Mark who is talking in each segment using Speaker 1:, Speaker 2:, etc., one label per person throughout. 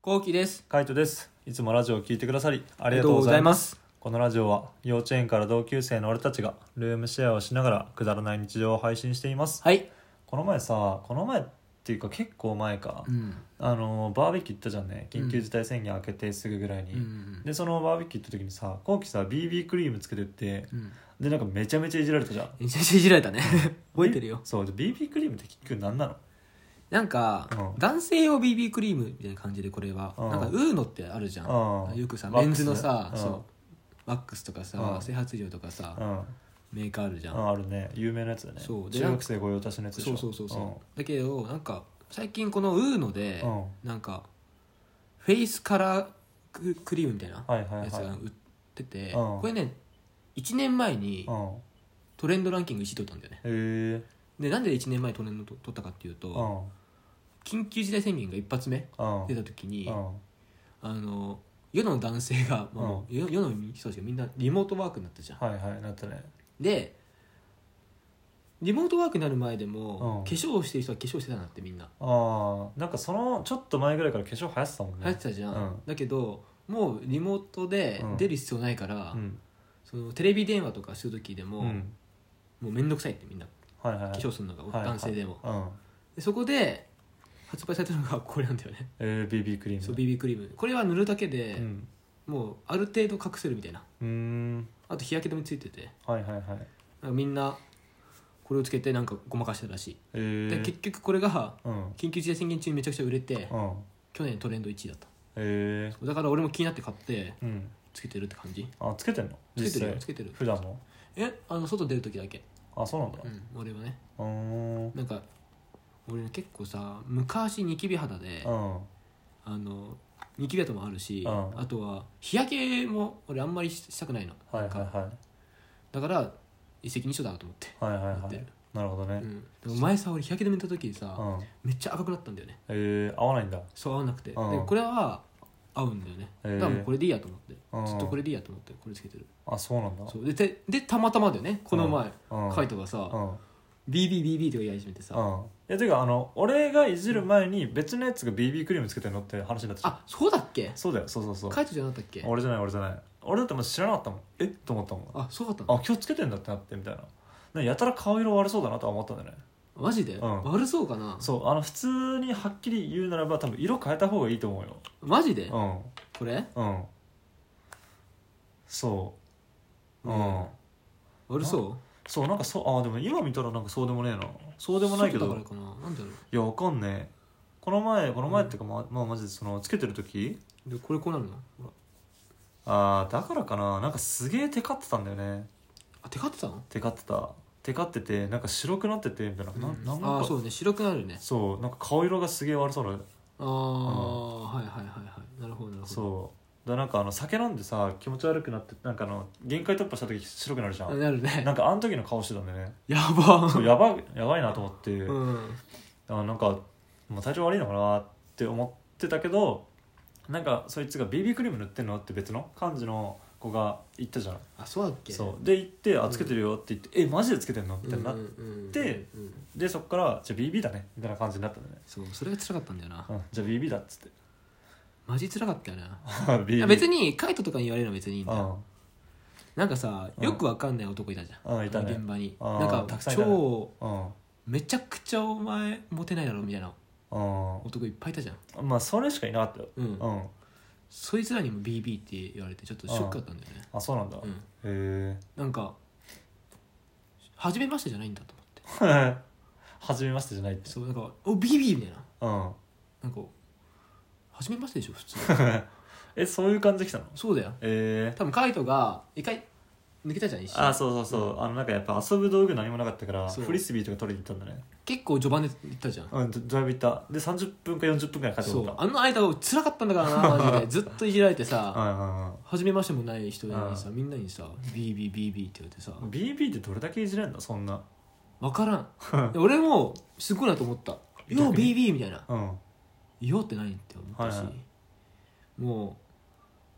Speaker 1: こうきです。
Speaker 2: カイトですいつもラジオを聞いてくださりあ
Speaker 1: あ
Speaker 2: りがとうございます
Speaker 1: す。
Speaker 2: このラジオは幼稚園から同級生の俺たちがルームシェアをしながらくだらない日常を配信しています
Speaker 1: はい。
Speaker 2: この前さこの前っていうか結構前か、
Speaker 1: うん。
Speaker 2: あのバーベキュー行ったじゃんね緊急事態宣言明けてすぐぐらいに、
Speaker 1: うん。
Speaker 2: でそのバーベキュー行った時にさこうきさ BB クリームつけてって
Speaker 1: うん。
Speaker 2: でなんかめちゃめちゃいじられたじゃん
Speaker 1: めちゃめちゃいじられたね。覚えてるよ。
Speaker 2: そうで BB クリームって結局何なの
Speaker 1: なんか、
Speaker 2: うん
Speaker 1: 男性用 BB クリームみたいな感じでこれは、
Speaker 2: うん
Speaker 1: なんかウーノってあるじゃん。
Speaker 2: うん
Speaker 1: よくさ、
Speaker 2: ワッ
Speaker 1: メ
Speaker 2: クス
Speaker 1: ンズのさ、
Speaker 2: うん
Speaker 1: そう、ワックスとか
Speaker 2: う
Speaker 1: さ、
Speaker 2: ん
Speaker 1: 整髪料とかさ
Speaker 2: う、ん、
Speaker 1: メーカーあるじゃん。
Speaker 2: ああるね有名なやつだね
Speaker 1: そうで
Speaker 2: 中学生御用達のやつでし
Speaker 1: そ
Speaker 2: ょ
Speaker 1: うそうそうそう。だけど、なんか、最近このウーノで
Speaker 2: う、ん、うん
Speaker 1: なんか、フェイスカラーククリームみたいな
Speaker 2: はいはい
Speaker 1: やつ
Speaker 2: はい
Speaker 1: が売ってて、
Speaker 2: うん
Speaker 1: これね、1年前に
Speaker 2: うん
Speaker 1: トレンドランキング1位取ったんだよね。
Speaker 2: へえ
Speaker 1: でなんで1年前トレンドと取ったかっていうと、
Speaker 2: うん
Speaker 1: 緊急事態宣言が一発目
Speaker 2: うん
Speaker 1: 出た時に、
Speaker 2: うん
Speaker 1: あの世の男性が、まあ
Speaker 2: うん
Speaker 1: もう世世の人たちがみんなリモートワークになったじゃん、
Speaker 2: はいはいなったね
Speaker 1: でリモートワークになる前でも、
Speaker 2: うん
Speaker 1: 化粧をしてる人は化粧してたなってみんな
Speaker 2: ああなんかそのちょっと前ぐらいから化粧流行ってたもんね
Speaker 1: 流行ってたじゃん、
Speaker 2: うん
Speaker 1: だけどもうリモートで
Speaker 2: うん
Speaker 1: 出る必要ないから、
Speaker 2: うん
Speaker 1: そのテレビ電話とかする時でも、
Speaker 2: うん
Speaker 1: もう面倒くさいってみんな
Speaker 2: はいはいは
Speaker 1: 化
Speaker 2: い
Speaker 1: 粧するのが、
Speaker 2: はい
Speaker 1: 男性でも、
Speaker 2: うん
Speaker 1: でそこで発売されたのがこれなんだよね、
Speaker 2: えー、BB クリーム
Speaker 1: そう BB クリームこれは塗るだけで、
Speaker 2: うん
Speaker 1: もうある程度隠せるみたいな
Speaker 2: うーん
Speaker 1: あと日焼け止めついてて
Speaker 2: はいはいはい
Speaker 1: なんかみんなこれをつけてなんかごまかしてたらし
Speaker 2: え
Speaker 1: い、で
Speaker 2: ー、
Speaker 1: 結局これが
Speaker 2: うん
Speaker 1: 緊急事態宣言中にめちゃくちゃ売れて、
Speaker 2: うん
Speaker 1: 去年トレンド1位だった
Speaker 2: え
Speaker 1: だから俺も気になって買って
Speaker 2: ー、うん
Speaker 1: つけてるって感じ
Speaker 2: あつけてんの
Speaker 1: つけて
Speaker 2: 実
Speaker 1: るよ
Speaker 2: 際
Speaker 1: つけてる
Speaker 2: 普段も
Speaker 1: えあの外出る時だけ
Speaker 2: あそうなんだ
Speaker 1: うん俺はね
Speaker 2: うーんうん
Speaker 1: なんか俺ね結構さ昔ニキビ肌であのニキビ肌もあるし
Speaker 2: うん
Speaker 1: あとは日焼けも俺あんまりしたくないの
Speaker 2: はいはい
Speaker 1: なんか
Speaker 2: は
Speaker 1: だから一石二鳥だなと思って
Speaker 2: いはいはい
Speaker 1: やっ
Speaker 2: は
Speaker 1: て
Speaker 2: い
Speaker 1: る
Speaker 2: なるほど
Speaker 1: う
Speaker 2: ね
Speaker 1: んでも前さ俺日焼け止めた時にさ、
Speaker 2: うん
Speaker 1: めっちゃ赤くなったんだよね
Speaker 2: えー、合わないんだ
Speaker 1: そう合わなくて、
Speaker 2: うん
Speaker 1: でこれは合うんだよね
Speaker 2: へえ
Speaker 1: だからもうこれでいいやと思って、
Speaker 2: うん
Speaker 1: ずっとこれでいいやと思ってこれつけてる、
Speaker 2: あそうなんだ
Speaker 1: そうでてでたまたまだよねこの前、
Speaker 2: うん
Speaker 1: カイトがさ
Speaker 2: うん
Speaker 1: 「BBBB」とか言い始めてさ、
Speaker 2: うんいやていうかあの俺がいじる前に別のやつが BB クリームつけてんのって話になってた
Speaker 1: あそうだっけ
Speaker 2: そうだよそうそうそう
Speaker 1: カイトじゃなかったっけ
Speaker 2: 俺じゃない俺じゃない俺だってもう知らなかったもんえっと思ったもんあ
Speaker 1: あそうだったの
Speaker 2: 今日つけてんだってなってみたいななんかやたら顔色悪そうだなとは思ったんだよね
Speaker 1: マジで、
Speaker 2: うん
Speaker 1: 悪そうかな
Speaker 2: そうあの普通にはっきり言うならば多分色変えた方がいいと思う
Speaker 1: マジで、
Speaker 2: よ
Speaker 1: これ、
Speaker 2: うんうんそううん、
Speaker 1: 悪そう
Speaker 2: そうなんかそうあーでも今見たらなんかそうでもねえなそうでもないけど
Speaker 1: 外だからかななんだろ
Speaker 2: いやわかんねえこの前この前っていうか、ままあマジでそのつけてる時
Speaker 1: うでこれこうなるのほら
Speaker 2: ああだからかななんかすげえテカってたんだよね
Speaker 1: あテカってたの
Speaker 2: テカってたテカっててなんか白くなっててみたいな,、な
Speaker 1: うん
Speaker 2: なんか
Speaker 1: あそうね白くなるね
Speaker 2: そうなんか顔色がすげえ悪そうな
Speaker 1: ああ、はいはいはいはいなるほどなるほど
Speaker 2: そうだなんかあの酒飲んでさ気持ち悪くなってなんかあの限界突破した時白くなるじゃん
Speaker 1: なるね
Speaker 2: なんかあの時の顔してたんでね
Speaker 1: やば
Speaker 2: そうやばいやばいなと思って、
Speaker 1: うん
Speaker 2: あなんかもう体調悪いのかなって思ってたけどなんかそいつが BB クリーム塗ってんのって別の幹事の子が言ったじゃん
Speaker 1: あそうだっけ
Speaker 2: そうで行って「あつけてるよ」って言って「えマジでつけてんの?」み
Speaker 1: うんう
Speaker 2: たい
Speaker 1: ん
Speaker 2: に
Speaker 1: う
Speaker 2: な
Speaker 1: ん
Speaker 2: って
Speaker 1: うん
Speaker 2: で
Speaker 1: うんうん
Speaker 2: でそっから「じゃあ BB だね」みたいな感じになったんだね
Speaker 1: そうそれが辛かったんだよな
Speaker 2: うんじゃあ BB だっつ って
Speaker 1: マジ辛かったよない
Speaker 2: BB
Speaker 1: や別にカイトとかに言われるのは別にいいん
Speaker 2: う
Speaker 1: だよ
Speaker 2: ん
Speaker 1: なんかさ
Speaker 2: うん
Speaker 1: よくわかんない男いたじゃん
Speaker 2: うんいたね
Speaker 1: 現場に
Speaker 2: あー
Speaker 1: なんか
Speaker 2: たくさんいたね
Speaker 1: 超
Speaker 2: うん
Speaker 1: めちゃくちゃお前モテないだろみたいな
Speaker 2: う
Speaker 1: 男いっぱいいたじゃん
Speaker 2: んまあそれしかいなかったよ
Speaker 1: うん、
Speaker 2: うん
Speaker 1: そいつらにも BB って言われてちょっとショックだったんだよね
Speaker 2: あそうなんだ
Speaker 1: う
Speaker 2: へ
Speaker 1: ん
Speaker 2: え
Speaker 1: なんか初めましてじゃないんだと思って
Speaker 2: 初めましてじゃないって
Speaker 1: そうなんか「お BB」みたいな
Speaker 2: うん
Speaker 1: なんか「初めましてでしょ普通」
Speaker 2: えそういう感じで来たの
Speaker 1: そうだよ
Speaker 2: ええ
Speaker 1: 多分カイトが一回抜けたじゃん一瞬
Speaker 2: あそうそうそうあのなんかやっぱ遊ぶ道具何もなかったから
Speaker 1: そう
Speaker 2: フリスビーとか取りに行ったんだね
Speaker 1: 結構序盤で行ったじゃん
Speaker 2: うんだだいぶ行ったで30分か40分ぐらい帰って
Speaker 1: そ
Speaker 2: こ
Speaker 1: う
Speaker 2: た
Speaker 1: あの間が辛かったんだからな マジでずっといじられて
Speaker 2: う
Speaker 1: さ
Speaker 2: んうんうん
Speaker 1: 初めましてもない人にさみんなにさ「BBBB」って言われてさ
Speaker 2: BB ってどれだけいじれんのそんな
Speaker 1: 分からんで俺もすごいなと思った「よう
Speaker 2: 逆に
Speaker 1: BB」みたいな
Speaker 2: うん
Speaker 1: 「よう」って何って思ったし
Speaker 2: はいはい
Speaker 1: もう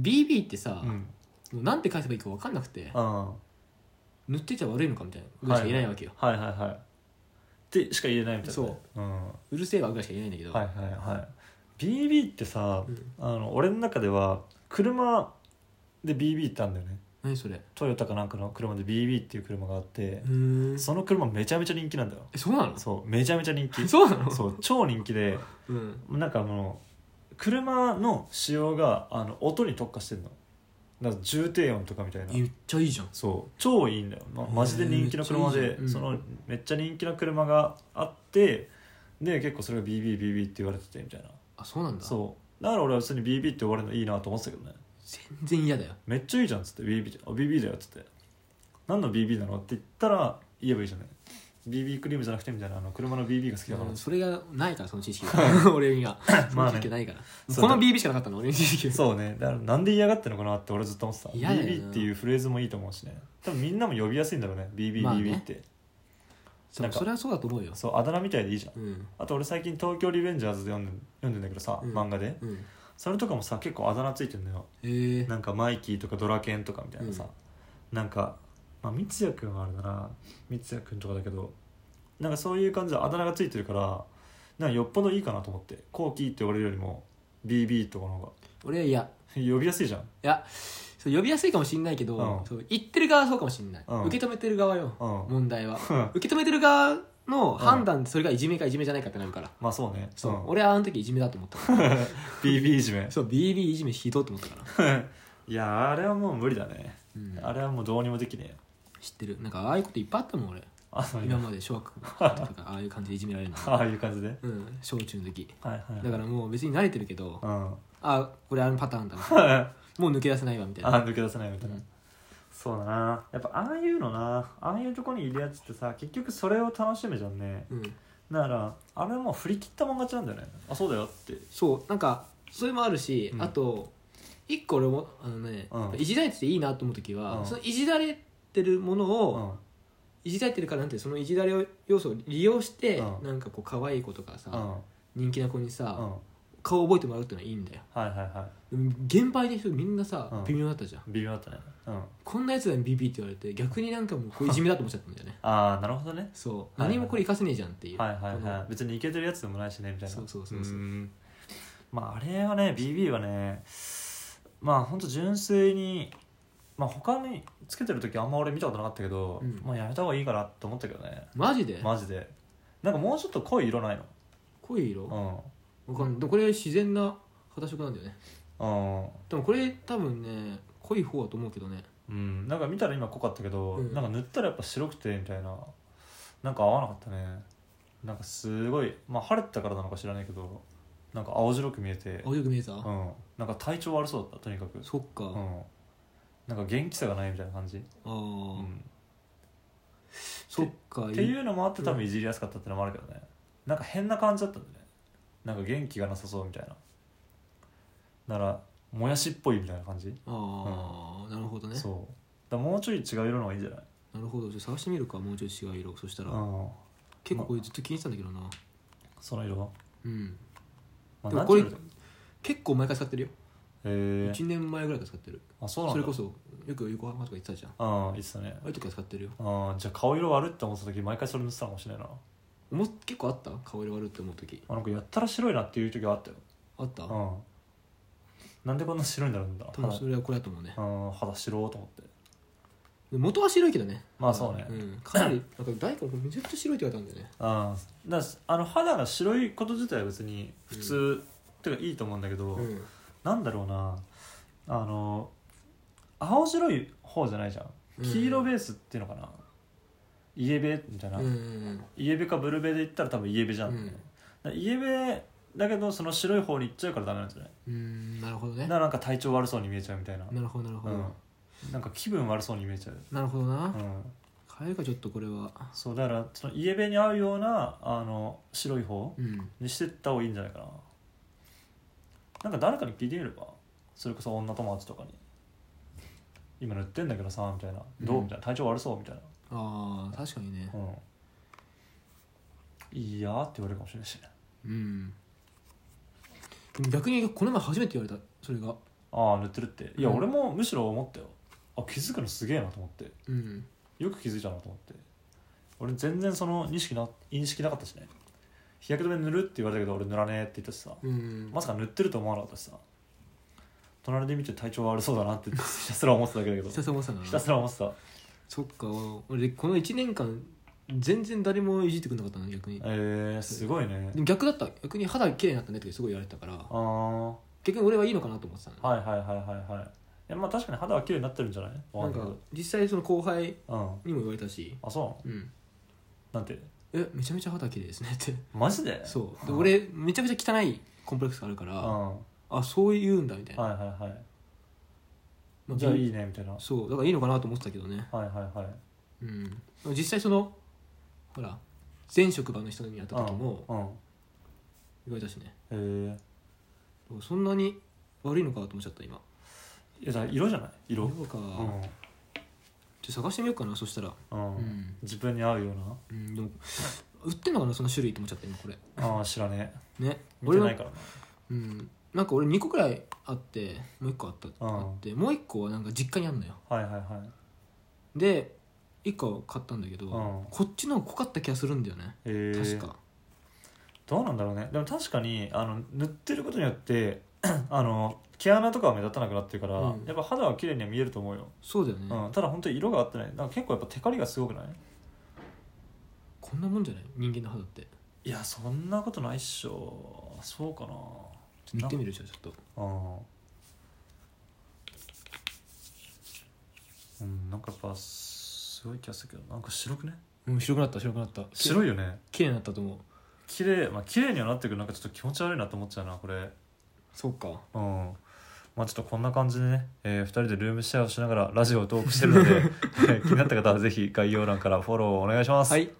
Speaker 1: BB ってさ、
Speaker 2: うん
Speaker 1: もうなんて返せばいいか分かんなくて
Speaker 2: うん
Speaker 1: 塗ってちゃ悪いのかみたいなぐらいしか言えないわけよ、
Speaker 2: はいはいはいってしか言えないみたいなね
Speaker 1: そう
Speaker 2: うん
Speaker 1: うるせえわぐらいしか言えないんだけど、
Speaker 2: はいはいはい BB ってさ
Speaker 1: うん
Speaker 2: あの俺の中では車で BB ってあるんだよね
Speaker 1: 何それ
Speaker 2: トヨタかなんかの車で BB っていう車があって
Speaker 1: う、ーん
Speaker 2: その車めちゃめちゃ人気なんだよ
Speaker 1: えそうなの
Speaker 2: そうめちゃめちゃ人 気
Speaker 1: そうなの
Speaker 2: そう超人気で
Speaker 1: うん
Speaker 2: なんかもう車の仕様があの音に特化してるのだから重低音とかみたいな
Speaker 1: めっちゃいいじゃん
Speaker 2: そう超いいんだよ、ま、マジで人気の車
Speaker 1: へー
Speaker 2: で
Speaker 1: めっちゃいいじゃんうん
Speaker 2: そのめっちゃ人気な車があってで結構それが BBBB って言われててみたいな
Speaker 1: あそうなんだ
Speaker 2: そうだから俺は普通に BB って呼ばれるのいいなと思ってたけどね
Speaker 1: 全然嫌だよ
Speaker 2: めっちゃいいじゃんっつって BB あ BB だよっつって何の BB なのって言ったら言えばいいじゃない BB クリームじゃなくてみたいなあの車の BB が好きだからっ
Speaker 1: うん
Speaker 2: つっ
Speaker 1: それがないからその知識 が俺にはそ
Speaker 2: ま
Speaker 1: の
Speaker 2: あね
Speaker 1: 知識がないから
Speaker 2: そう
Speaker 1: この
Speaker 2: だ
Speaker 1: BB しかなかったの俺の知識
Speaker 2: てそうねだからなんで嫌がってんのかなって俺ずっと思ってた
Speaker 1: 嫌だよな
Speaker 2: BB っていうフレーズもいいと思うしね多分みんなも呼びやすいんだろうね BBBB、
Speaker 1: まあね
Speaker 2: って
Speaker 1: そ
Speaker 2: なん
Speaker 1: う
Speaker 2: か
Speaker 1: それはそうだと思うよ
Speaker 2: そうあだ名みたいでいいじゃん
Speaker 1: うん
Speaker 2: あと俺最近「東京リベンジャーズ」で読んで読んでんだけどさ、
Speaker 1: うん
Speaker 2: 漫画で
Speaker 1: うん
Speaker 2: それとかもさ結構あだ名ついてんだよ
Speaker 1: えー
Speaker 2: なんかマイキーとかドラケンとかみたいなさ、なんか、まあ、三ツ矢くんはあれだな三ツ矢くんとかだけどなんかそういう感じであだ名がついてるからなんかよっぽどいいかなと思ってコウキーって言われるよりも BB とかの
Speaker 1: 俺は嫌
Speaker 2: 方が呼びやすいじゃん
Speaker 1: いやそう呼びやすいかもしんないけど、
Speaker 2: うん
Speaker 1: そう言ってる側はそうかもしんない、
Speaker 2: うん
Speaker 1: 受け止めてる側よ、
Speaker 2: うん
Speaker 1: 問題は
Speaker 2: うん
Speaker 1: 受け止めてる側の判断でそれがいじめかいじめじゃないかってなるから
Speaker 2: まあそうね
Speaker 1: そう、
Speaker 2: ん
Speaker 1: 俺はあの時いじめだと思ったから
Speaker 2: BB いじめ
Speaker 1: そう BB いじめひどいと思ったから、
Speaker 2: いやあれはもう無理だね、
Speaker 1: うん、
Speaker 2: あれはもうどうにもできねえよ
Speaker 1: 知ってるなんかああいうこといっぱいあったもん俺
Speaker 2: あそう
Speaker 1: 今まで小学校とかああいう感じでいじめられるの
Speaker 2: ああいう感じで
Speaker 1: うん小中の時
Speaker 2: はいはいはい
Speaker 1: だからもう別に慣れてるけど
Speaker 2: うん
Speaker 1: あこれあのパターンだな
Speaker 2: あ
Speaker 1: もう抜け出せないわみたいな
Speaker 2: 抜け出せないみたいな、
Speaker 1: うん
Speaker 2: そうだなやっぱああいうのなああいうとこにいるやつってさ結局それを楽しむじゃんね
Speaker 1: うん
Speaker 2: だからあれはもう振り切ったもん勝ちなんだよねあそうだよって
Speaker 1: そうなんかそれもあるし、
Speaker 2: うん
Speaker 1: あと一個俺もあのね、
Speaker 2: うん
Speaker 1: やっぱいじられてていいなと思う時は、
Speaker 2: うん
Speaker 1: そのいじられてるもの
Speaker 2: う
Speaker 1: を、
Speaker 2: ん
Speaker 1: いじられてるからなんてそのいじられ要素を利用して、
Speaker 2: うん
Speaker 1: なんかこう可愛い子とかさ、
Speaker 2: うん
Speaker 1: 人気な子にさ、
Speaker 2: うん
Speaker 1: 顔覚えてもらうってのはいいんだよ
Speaker 2: はいはいは
Speaker 1: でも現場にいる人みんなさ、
Speaker 2: うん
Speaker 1: 微妙だったじゃん
Speaker 2: い微妙だったねうん
Speaker 1: こんなやつだにビビって言われて逆になんかもうこういじめだと思っちゃったんだよ ね
Speaker 2: ああなるほどね
Speaker 1: そう、
Speaker 2: はいはい
Speaker 1: 何もこれ活かせねえじゃんっていう、
Speaker 2: はいはい
Speaker 1: この
Speaker 2: はい別にイケてるやつでもないしねみたいな
Speaker 1: そうそうそうそうん
Speaker 2: まああれはね BB はねまあほんと純粋にまあ他につけてる時あんま俺見たことなかったけど、
Speaker 1: うん
Speaker 2: まあやめた方がいいかなって思ったけどね
Speaker 1: マジで、
Speaker 2: マジでなんかもうちょっと濃い色ないの
Speaker 1: 濃い色、
Speaker 2: う
Speaker 1: わかんないでもこれ自然な肌色なんだよね
Speaker 2: んうん
Speaker 1: でもこれ多分ね濃い方だと思うけどね
Speaker 2: うんなんか見たら今濃かったけど、
Speaker 1: うん
Speaker 2: なんか塗ったらやっぱ白くてみたいななんか合わなかったねなんかすごいまあ晴れてたからなのか知らないけどなんか青白く見えて
Speaker 1: 青よく見えた、
Speaker 2: うんなんか体調悪そうだったとにかく
Speaker 1: そっか、
Speaker 2: う
Speaker 1: あ
Speaker 2: んなんか元気さがないみたいな感じ、
Speaker 1: あ
Speaker 2: う
Speaker 1: ー、
Speaker 2: ん、
Speaker 1: そっか
Speaker 2: って
Speaker 1: う
Speaker 2: いうのもあって多分いじりやすかったってのもあるけどねなんか変な感じだったんだねなんか元気がなさそうみたいなならもやしっぽいみたいな感じ
Speaker 1: ああ、なるほどね
Speaker 2: そうだからもうちょい違う色の方がいいんじゃない
Speaker 1: なるほどじゃあ探してみるかもうちょい違う色そしたら、
Speaker 2: うん
Speaker 1: 結構これずっと気にしてたんだけどな
Speaker 2: その色は、
Speaker 1: うん
Speaker 2: まあ、
Speaker 1: でも
Speaker 2: 何
Speaker 1: これ
Speaker 2: 色だへ
Speaker 1: 結構前から使ってるよ、
Speaker 2: え
Speaker 1: 1年前ぐらいから使ってる
Speaker 2: あそう
Speaker 1: そ
Speaker 2: なんだ
Speaker 1: れこそよく横浜とか行ってたじゃんあ
Speaker 2: うんいつだね
Speaker 1: あいう時から使ってるよ
Speaker 2: うんじゃあ顔色悪いって思ってた時毎回それ塗ってたのかもしれないな
Speaker 1: 思っ結構あった顔色悪いって思う時
Speaker 2: あなんかやったら白いなっていう時はあったよ
Speaker 1: あった、
Speaker 2: うんなんでこんな白いんだろうんだ
Speaker 1: 多分
Speaker 2: 肌
Speaker 1: それはこれだと思うね、
Speaker 2: うん肌白と思って
Speaker 1: で元は白いけどね
Speaker 2: まあそうね
Speaker 1: ん、かなりなんか大根これめちゃくちゃ白いって言われたんだよね
Speaker 2: あだからあの肌が白いこと自体は別に普通、っていうかいいと思うんだけど、
Speaker 1: うん
Speaker 2: なんだろうなあの青白い方じゃないじゃ
Speaker 1: うん
Speaker 2: ん黄色ベースっていうのかな、イエベみたいな、
Speaker 1: うんうん
Speaker 2: イエベかブルベで言ったら多分イエベじゃん、
Speaker 1: うん
Speaker 2: だからイエベだけどその白い方に行っちゃうからダメなんじゃない
Speaker 1: うんうんなるほどね
Speaker 2: だからなんか体調悪そうに見えちゃうみたいな、
Speaker 1: なるほどなるほ
Speaker 2: う
Speaker 1: ど、
Speaker 2: ん、なんか気分悪そうに見えちゃう、
Speaker 1: なるほどな、
Speaker 2: うん、
Speaker 1: 変えるかちょっとこれは
Speaker 2: そうだからそのイエベに合うようなあの白い方
Speaker 1: うん
Speaker 2: にしてった方がいいんじゃないかななんか誰かに聞いてみればそれこそ女友達とかに「今塗ってんだけどさ」みたいな「ど
Speaker 1: う
Speaker 2: う?」
Speaker 1: ん
Speaker 2: みたいな「体調悪そう」みたいな
Speaker 1: ああ確かにね
Speaker 2: 「うんいいや」って言われるかもしれないしね
Speaker 1: うんでも逆にこの前初めて言われたそれが
Speaker 2: ああ塗ってるっていや
Speaker 1: うん
Speaker 2: 俺もむしろ思ったよあ気づくのすげえなと思って
Speaker 1: うん
Speaker 2: よく気づいたなと思って俺全然その認識な認識なかったしね日焼け止め塗るって言われたけど俺塗らねえって言ったしさ
Speaker 1: うん
Speaker 2: まさか塗ってると思わなかったしさ隣で見て体調悪そうだなってひたすら思ってただけだけど
Speaker 1: ひたすら思ってたな
Speaker 2: ひたすら思ってた
Speaker 1: そっか俺この1年間全然誰もいじってくんなかったな逆に
Speaker 2: えー、すごいね
Speaker 1: でも逆だった逆に肌綺麗になったねってすごい言われてたから
Speaker 2: ああ
Speaker 1: 結局俺はいいのかなと思ってたの、
Speaker 2: はいはいはいはいはいえまあ確かに肌は綺麗になってるんじゃないわ
Speaker 1: なん
Speaker 2: んな
Speaker 1: か
Speaker 2: いけど
Speaker 1: 実際その後輩
Speaker 2: うん
Speaker 1: にも言われたし
Speaker 2: あそう
Speaker 1: うん
Speaker 2: なのなんて
Speaker 1: えめちゃめちゃ肌綺麗ですねって
Speaker 2: マジで
Speaker 1: そうで
Speaker 2: うん
Speaker 1: 俺めちゃめちゃ汚いコンプレックスがあるか
Speaker 2: うん
Speaker 1: ら
Speaker 2: は
Speaker 1: あそう言うんだみたい
Speaker 2: い
Speaker 1: な、
Speaker 2: はいはい
Speaker 1: まあ
Speaker 2: じゃあいいねみたいなはい
Speaker 1: そうだからいいのかなと思ってたけどね
Speaker 2: はいはい
Speaker 1: うん実際そのほら前職場の人に会った時も
Speaker 2: うんうん
Speaker 1: 言われたしね
Speaker 2: えー
Speaker 1: そんなに悪いのかと思っちゃった今
Speaker 2: いやだから色じゃない色
Speaker 1: そうか、
Speaker 2: う
Speaker 1: ちょ
Speaker 2: ん
Speaker 1: っと探してみようかなそしたら
Speaker 2: う、
Speaker 1: うんん、
Speaker 2: 自分に合うよ
Speaker 1: うん、でも売ってんのかなその種類と思っちゃった今これ
Speaker 2: うなああ知らね
Speaker 1: ね
Speaker 2: え見てな
Speaker 1: はい
Speaker 2: からな
Speaker 1: うん、なんか俺2個くらいあってもう1個あった、
Speaker 2: うん
Speaker 1: あってもう1個はなんか実家にあんのよ
Speaker 2: はいはいはい
Speaker 1: で1個買ったんだけど、
Speaker 2: うん
Speaker 1: こっちの方が濃かった気がするんだよね
Speaker 2: えー、
Speaker 1: 確か、
Speaker 2: どうなんだろうねでも確かにあの塗ってることによって あの毛穴とかは目立たなくなってるから、
Speaker 1: うん
Speaker 2: やっぱ肌は綺麗には見えると思うよ、
Speaker 1: そうだよね、
Speaker 2: うん、ただ本当に色が合ってないなんか結構やっぱテカリがすごくない
Speaker 1: こんなもんじゃない人間の肌って
Speaker 2: いやそんなことないっしょそうかな
Speaker 1: 見てみるじゃんちょっと
Speaker 2: うんうん、なんかやっぱすごい気がするけどなんか白くね
Speaker 1: うん白くなった白くなった
Speaker 2: 白いよね
Speaker 1: 綺麗になったと思う
Speaker 2: 綺麗まあ綺麗にはなってくるなんかちょっと気持ち悪いなと思っちゃうなこれ
Speaker 1: そうか
Speaker 2: うんまあちょっとこんな感じでね、えー、2人でルー ムシェアをしながらラジオをトークしてるので、えー気になった方はぜひ概要欄からフォローをお願いします、
Speaker 1: はい